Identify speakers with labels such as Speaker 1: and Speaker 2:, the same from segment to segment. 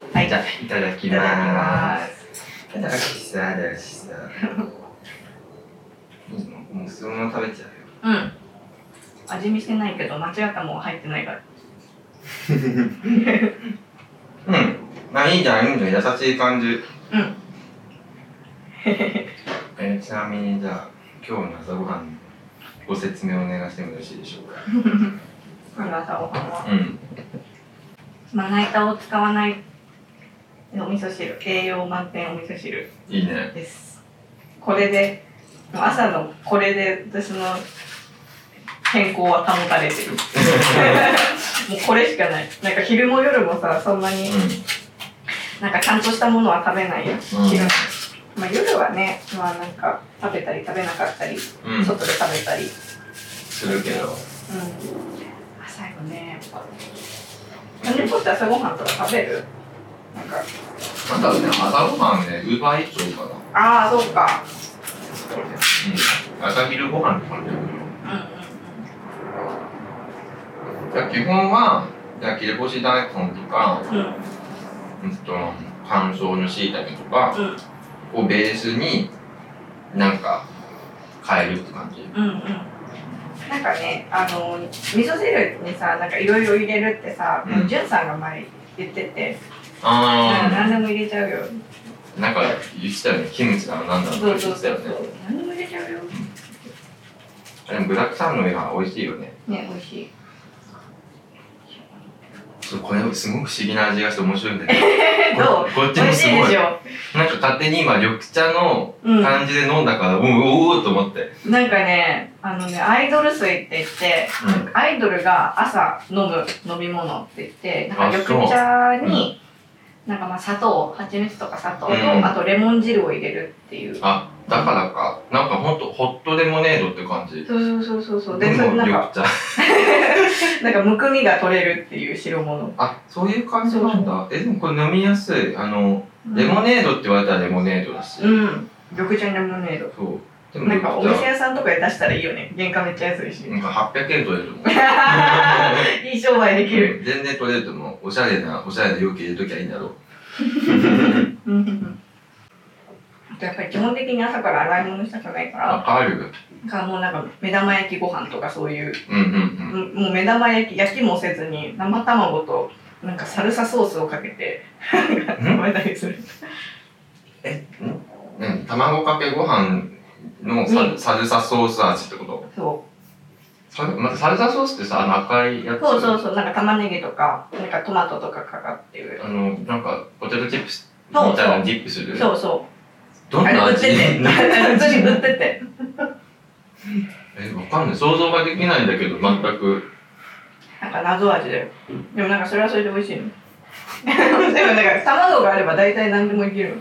Speaker 1: じゃあ
Speaker 2: いただき
Speaker 1: いただき
Speaker 2: ま。
Speaker 1: ますす
Speaker 2: ただきさ、だきさ。いいのもうそのまま食べちゃうよ。
Speaker 1: うん味見してないけど間違ったもん入ってないから
Speaker 2: うん。まあいいじゃん、いいじゃん。優しい感じ。
Speaker 1: うん
Speaker 2: えちなみにじゃあ、今日の朝ごはんのご説明をお願いしてもよろしいでしょうか。
Speaker 1: これは朝ごはんは
Speaker 2: うん。
Speaker 1: まな板を使わないお味噌汁栄養満点お味噌汁
Speaker 2: いいね。
Speaker 1: ですこれでもう朝のこれで私の健康は保たれ てるもうこれしかないなんか昼も夜もさそんなに
Speaker 2: う
Speaker 1: なんかちゃんとしたものは食べないよ、
Speaker 2: ん。うん
Speaker 1: 昼もまあ、夜はねまあなんか食べたり食べなかったり、
Speaker 2: うん。
Speaker 1: 外で食べたりうん
Speaker 2: するけど。
Speaker 1: 最後ね何にとって朝ごはんとか食べるなんか
Speaker 2: まだね、朝ごはんね、ウーバーイーツ多いかな。
Speaker 1: ああそうか
Speaker 2: うん。朝昼ご飯って感じだけど。
Speaker 1: うんう
Speaker 2: じゃあ基本は、じゃあ切り干し大根とか、
Speaker 1: んうんうん
Speaker 2: うんと、乾燥の椎茸とか
Speaker 1: うん
Speaker 2: をベースに、なんか、変えるって感じ。
Speaker 1: うんうんなんかねあの味噌汁にさなんかいろいろ入れるってさ、
Speaker 2: うん
Speaker 1: じゅんさんが前言ってて、な
Speaker 2: あ
Speaker 1: んか何でも入れちゃうよ
Speaker 2: ー、なんか言ってたよね、キムチだのなんだ
Speaker 1: そ
Speaker 2: ろ
Speaker 1: う
Speaker 2: うって
Speaker 1: そ
Speaker 2: 言
Speaker 1: う
Speaker 2: ってた
Speaker 1: そ
Speaker 2: よ
Speaker 1: うそ
Speaker 2: ね
Speaker 1: う。何でも入れちゃうよ
Speaker 2: でも具沢山の絵が美味しいよね。
Speaker 1: ね美味しい
Speaker 2: そうこれすごく不思議な味がして面白いんだけど。
Speaker 1: どう
Speaker 2: ここっち
Speaker 1: 美
Speaker 2: も
Speaker 1: 味
Speaker 2: す
Speaker 1: しいで
Speaker 2: ごい。
Speaker 1: し
Speaker 2: なん
Speaker 1: ょ
Speaker 2: か勝手に今緑茶の
Speaker 1: うん
Speaker 2: 感じで飲んだから、おうおうおうと思って。
Speaker 1: なんかね、あのね、アイドル水って言って、
Speaker 2: うん
Speaker 1: アイドルが朝飲む飲み物って言って、なん
Speaker 2: あ
Speaker 1: か
Speaker 2: そう
Speaker 1: 緑茶に、なんかまあ砂糖、蜂蜜とか砂糖と、
Speaker 2: うん
Speaker 1: あとレモン汁を入れるっていう。
Speaker 2: あ、だからか。なんかほんと、ホットレモネードって感じ。
Speaker 1: そうそうそうそうそう。
Speaker 2: で
Speaker 1: で、それ
Speaker 2: も
Speaker 1: なん
Speaker 2: 緑
Speaker 1: か、
Speaker 2: 茶。
Speaker 1: なんかむくみが取れるっていう白物。
Speaker 2: あ、そういう感じなんだ。え、でもこれ飲みやすい。あの、レモ
Speaker 1: ネ
Speaker 2: ネードって言われたらレモネードだし。
Speaker 1: うん。緑茶にレモネード。
Speaker 2: そう。でも
Speaker 1: なん
Speaker 2: 緑
Speaker 1: かお店
Speaker 2: 茶、
Speaker 1: 屋さんとかで出したらいいよね。原価めっちゃ安いし。
Speaker 2: なんか800円取れるもん。
Speaker 1: いい商売できる。
Speaker 2: うん全然取れるともう、おしゃれな、おしゃれな容器入れときゃいいんだ ろ
Speaker 1: うん。あとやっぱり基本的に朝から洗い物したくないから、
Speaker 2: あ、ある。
Speaker 1: かもうなんか目玉焼きご飯とかそういう、
Speaker 2: うんうん
Speaker 1: う
Speaker 2: うん。
Speaker 1: んもう目玉焼き焼きもせずに生卵となんかサルサソースをかけて食べたりする
Speaker 2: え、ん何卵かけご飯のサル,、
Speaker 1: うん
Speaker 2: サルサソース味ってこと
Speaker 1: そ
Speaker 2: サル,、ま、サルサソースってさ、あの赤いや
Speaker 1: う
Speaker 2: つ。
Speaker 1: そうそうそうなんか玉ねぎとかなんかトマトとかかかってる
Speaker 2: あの、なんか、ポテトチップスみ
Speaker 1: そう
Speaker 2: たいなのディップする。
Speaker 1: そうそ
Speaker 2: ど
Speaker 1: うんあれ
Speaker 2: な
Speaker 1: 売って
Speaker 2: 味
Speaker 1: て普通に売ってて
Speaker 2: え、わかんない。想像ができないんだけど、全く。
Speaker 1: なんか謎味だよでもなんかそれはそれで美味しいの でもなんか卵があれば大体何でもいける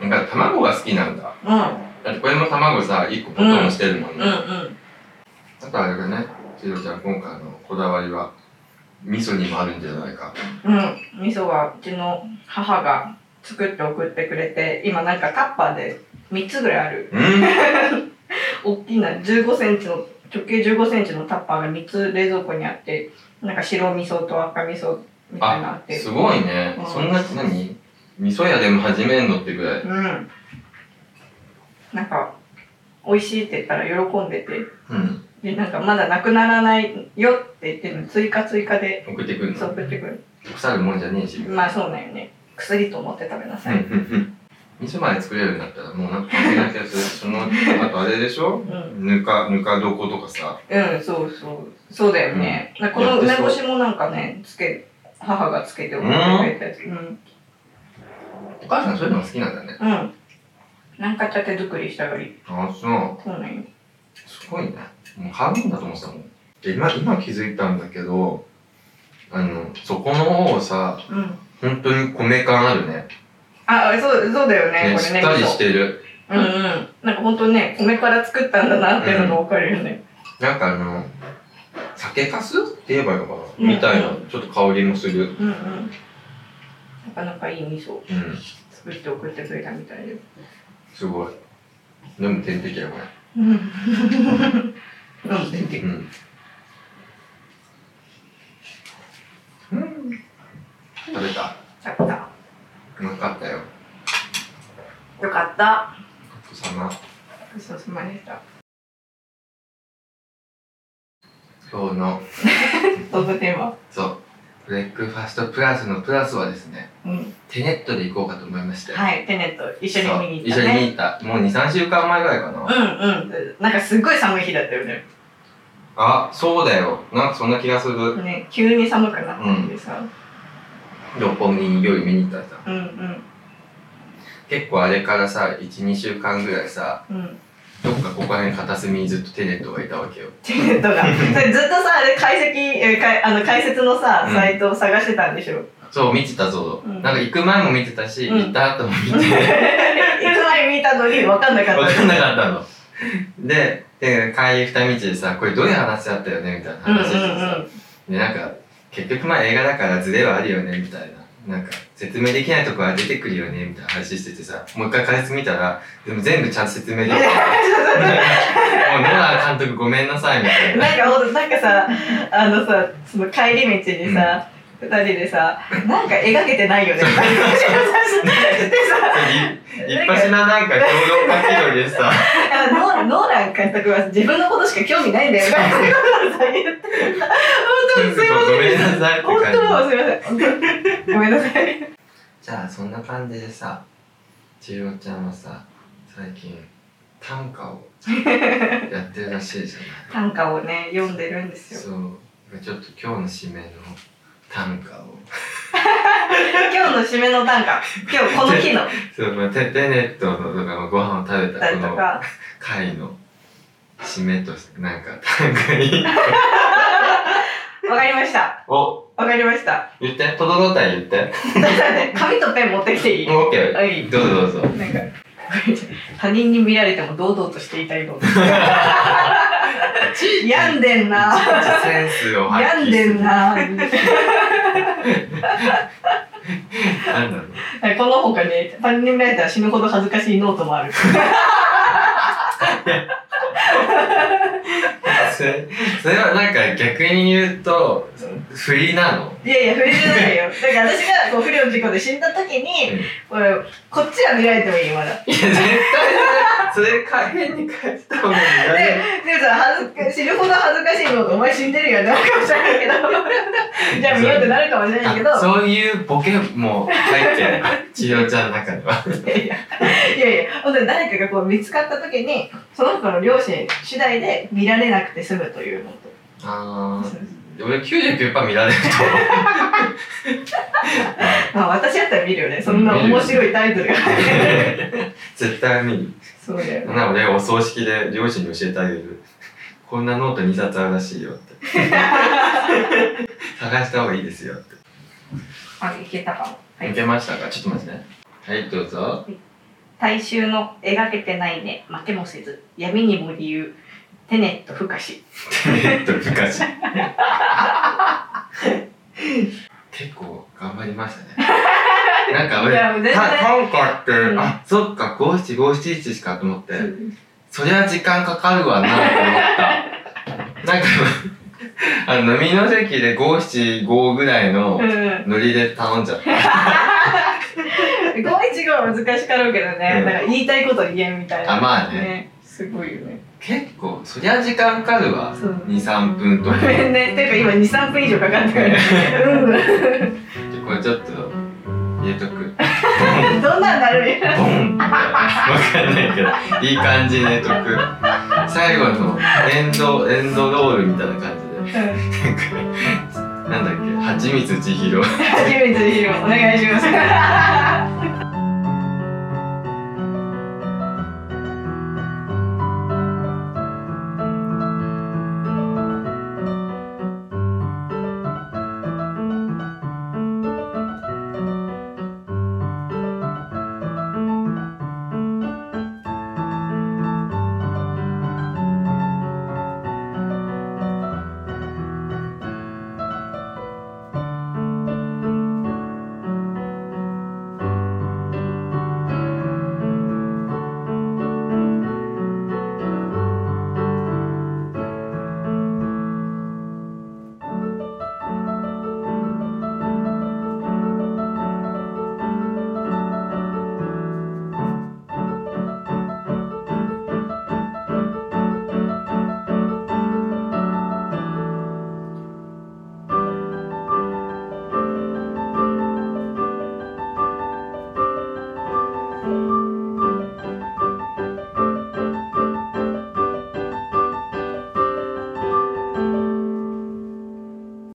Speaker 2: なんか卵が好きなんだ。
Speaker 1: うんうん
Speaker 2: だってこれも卵さ、一個ポトンしてるもんね。
Speaker 1: うん
Speaker 2: だからあれだね、千尋ちゃん、今回のこだわりは、味噌にもあるんじゃないか。
Speaker 1: うん味噌はうちの母が作って送ってくれて今なんかタッパーで3つぐらいある
Speaker 2: うん
Speaker 1: 大きな15センチの直径15センチのタッパーが3つ冷蔵庫にあってなんか白味噌と赤味噌みたいなのあって
Speaker 2: すごいね
Speaker 1: うん。
Speaker 2: そんな、何味噌屋でも始めんのってぐらい。
Speaker 1: うんなんか美味しいって言ったら喜んでて
Speaker 2: うん。
Speaker 1: でなんかまだなくならないよって言ってるの追加追加で
Speaker 2: 送ってくる
Speaker 1: そう
Speaker 2: の。
Speaker 1: 送ってくる
Speaker 2: 腐るもんじゃねえし。うん
Speaker 1: まあそうなんよね薬と思って食べな
Speaker 2: う
Speaker 1: さ
Speaker 2: ん
Speaker 1: い、
Speaker 2: うん味噌まで作れるんだったら、もうなんか関係ない気がする。その、あとあれでしょ
Speaker 1: うん、
Speaker 2: ぬか、ぬか床とかさ。
Speaker 1: うん、そうそうそうだよね、なんかこの梅干しもなんかねつけ母がつけて送ってくれたやつうん
Speaker 2: お母さんそういうのが好きなんだね。
Speaker 1: うんなんかちゃ手作りしたがり
Speaker 2: あ、そう。
Speaker 1: そうなんよ
Speaker 2: すごいね。もう半分だと思ってたもん。で今、今気づいたんだけど、あの、そこの方さ、
Speaker 1: うん。
Speaker 2: 本当に米感あるね。
Speaker 1: あ、そう、そうだよね、
Speaker 2: ね
Speaker 1: こ
Speaker 2: し
Speaker 1: れ
Speaker 2: っ
Speaker 1: ね。
Speaker 2: かりしてる。
Speaker 1: うんうん。なんか本当ね、米から作ったんだなっていうのがわかるよね。
Speaker 2: なんかあの、酒かすって言えばいいのかな、
Speaker 1: うん
Speaker 2: みたいな、ちょっと香りもする。
Speaker 1: うんうん。なかなかいい味噌を
Speaker 2: うん。
Speaker 1: 作って送ってくれたみたいで。
Speaker 2: すごい。でも天敵やこれ。
Speaker 1: うん。うん、全然。
Speaker 2: うん。うん。食べた。
Speaker 1: 食べた。
Speaker 2: かったよ。
Speaker 1: よかった。
Speaker 2: ごちそうさま。
Speaker 1: ごちそうさまでした。
Speaker 2: 今日の、
Speaker 1: トークテーマ。
Speaker 2: そう、ブレックファストプラスのプラスはですね、
Speaker 1: うん。
Speaker 2: テネットで行こうかと思いまして。
Speaker 1: はい、テネット一緒に見に行っ
Speaker 2: そう
Speaker 1: た
Speaker 2: 一緒に
Speaker 1: ね。
Speaker 2: 見に行った。もう2、3週間前ぐらいかな。
Speaker 1: うんうん。なんかすっごい寒い日だったよね。
Speaker 2: あ、そうだよ。なんかそんな気がする。
Speaker 1: ね、急に寒くなってさ。
Speaker 2: 六本木に夜見に行ったらさ。
Speaker 1: うんうん
Speaker 2: 結構あれからさ、1、2週間ぐらいさ、
Speaker 1: うん。
Speaker 2: どっかここら辺片隅にずっとテネットがいたわけよ。
Speaker 1: テネット が。それずっとさ、あれ解析、えかいあの解説のさ、
Speaker 2: うん
Speaker 1: サイトを探してたんで しょ。
Speaker 2: そう、見てたぞ。
Speaker 1: うん
Speaker 2: なんか行く前も見てたし、
Speaker 1: うん
Speaker 2: 行った後も見て、
Speaker 1: いつ前見たのに分かんなかった。
Speaker 2: 分かんなかったの。で、で帰り二道でさ、これどういう話だったよねみたいな
Speaker 1: うんうん
Speaker 2: 話してさ、で、なんか、結局まあ映画だからズレはあるよねみたいな。なんか、説明できないとこは出てくるよねみたいな話しててさ、もう一回解説見たら、でも全部ちゃんと説明できて、もう ノア監督ごめんなさいみた
Speaker 1: う
Speaker 2: い
Speaker 1: ん。
Speaker 2: な。
Speaker 1: なんかほんと、なんかさ、あのさ、その帰り道にさ、二人でさ、なんか描けてないよね。みたいな話をしてさ、
Speaker 2: いっぱしななんか共同書き取りでさ、
Speaker 1: あノーランノーラン監督は自分のことしか興味ないんだよみたい なことをさ言って本当にすいま
Speaker 2: ごめん
Speaker 1: せん
Speaker 2: なさいって
Speaker 1: 本
Speaker 2: 感じ。
Speaker 1: 当もうすいません本当にごめんなさい
Speaker 2: じゃあそんな感じでさ千尋ちゃんはさ最近短歌をやってるらしい じゃない
Speaker 1: 短歌をね読んでるんですよ
Speaker 2: そうちょっと今日の締めの短歌を
Speaker 1: 今日の締めの短歌今日この 日の
Speaker 2: そう、まあ、テテネットのとかまあご飯を食べた
Speaker 1: だ
Speaker 2: こ
Speaker 1: と
Speaker 2: の
Speaker 1: か
Speaker 2: 回の締めとしてなんか短歌に
Speaker 1: わかりました
Speaker 2: お
Speaker 1: わかりました
Speaker 2: 言ってとどろたい言って
Speaker 1: だからね紙とペン持ってきていい
Speaker 2: オッケー
Speaker 1: はい
Speaker 2: どうぞどうぞ
Speaker 1: なんか他人に見られても堂々としていたい の病んでんな
Speaker 2: ちょっとセンスを発揮
Speaker 1: 病ん
Speaker 2: す
Speaker 1: で
Speaker 2: る
Speaker 1: んな
Speaker 2: なんだろう
Speaker 1: はいこの他ね、パンデミライター死ぬほど恥ずかしいノートもある。
Speaker 2: それそれはなんか逆に言うと振りなの
Speaker 1: いやいや、触れてないよ。だから私がこう不良の事故で死んだ時に、これこっちは見られてもいいよ、まだ。
Speaker 2: いや、絶対それ、それか、変に返した方がい
Speaker 1: で、
Speaker 2: いよ。
Speaker 1: でさ、恥ずか死ぬほど恥ずかしいノート、お前死んでるよってなるかもしれないけど、 じゃあ見ようってなるかもしれないけど
Speaker 2: あ、そういうボケも入ってる。千代ちゃんの中では。
Speaker 1: いやいや、いやいや、本当に誰かがこう見つかった時に、その子の両親次第で見られなくて済むというノート。
Speaker 2: あー、俺99%見られると思う。
Speaker 1: まあ私だったら見るよね、そんな面白いタイトルが。
Speaker 2: 絶対見る。
Speaker 1: そうだよね。
Speaker 2: な俺、お葬式で両親に教えてあげる。こんなノート2冊あるらしいよ って。探した方がいいですよって。
Speaker 1: あ、いけたかも。はい
Speaker 2: 受けましたかちょっと待ってね。はい、どうぞ。
Speaker 1: 大衆の描けてないね負けもせず闇にも理由テネット不可視
Speaker 2: えっと、難しい。 結構頑張りましたね。なんか俺、
Speaker 1: やもう
Speaker 2: た短歌って、
Speaker 1: うん
Speaker 2: あそっか五七五七一しかと思って、そりゃ時間かかるわなと思 った。なんか あの飲みの席で五七五ぐらいの
Speaker 1: うん
Speaker 2: ノリで頼んじゃった。
Speaker 1: 515は難しかろうけどね、
Speaker 2: うん
Speaker 1: なんか言いたいこと言えんみたい
Speaker 2: あ
Speaker 1: な
Speaker 2: まあね
Speaker 1: ねすごいよね
Speaker 2: 結構そりゃ時間かかるわ
Speaker 1: そう
Speaker 2: 二三分と
Speaker 1: ご
Speaker 2: か。
Speaker 1: めんねていうか今23分以上かかったからうん
Speaker 2: これちょっと入れとく。
Speaker 1: どんなんなるんや
Speaker 2: ボンわかんないけどいい感じに入れとく。最後のエンドエンドロールみたいな感じで。
Speaker 1: うん
Speaker 2: なんだっけ、はちみつちひろ。
Speaker 1: 初めて披露お願いします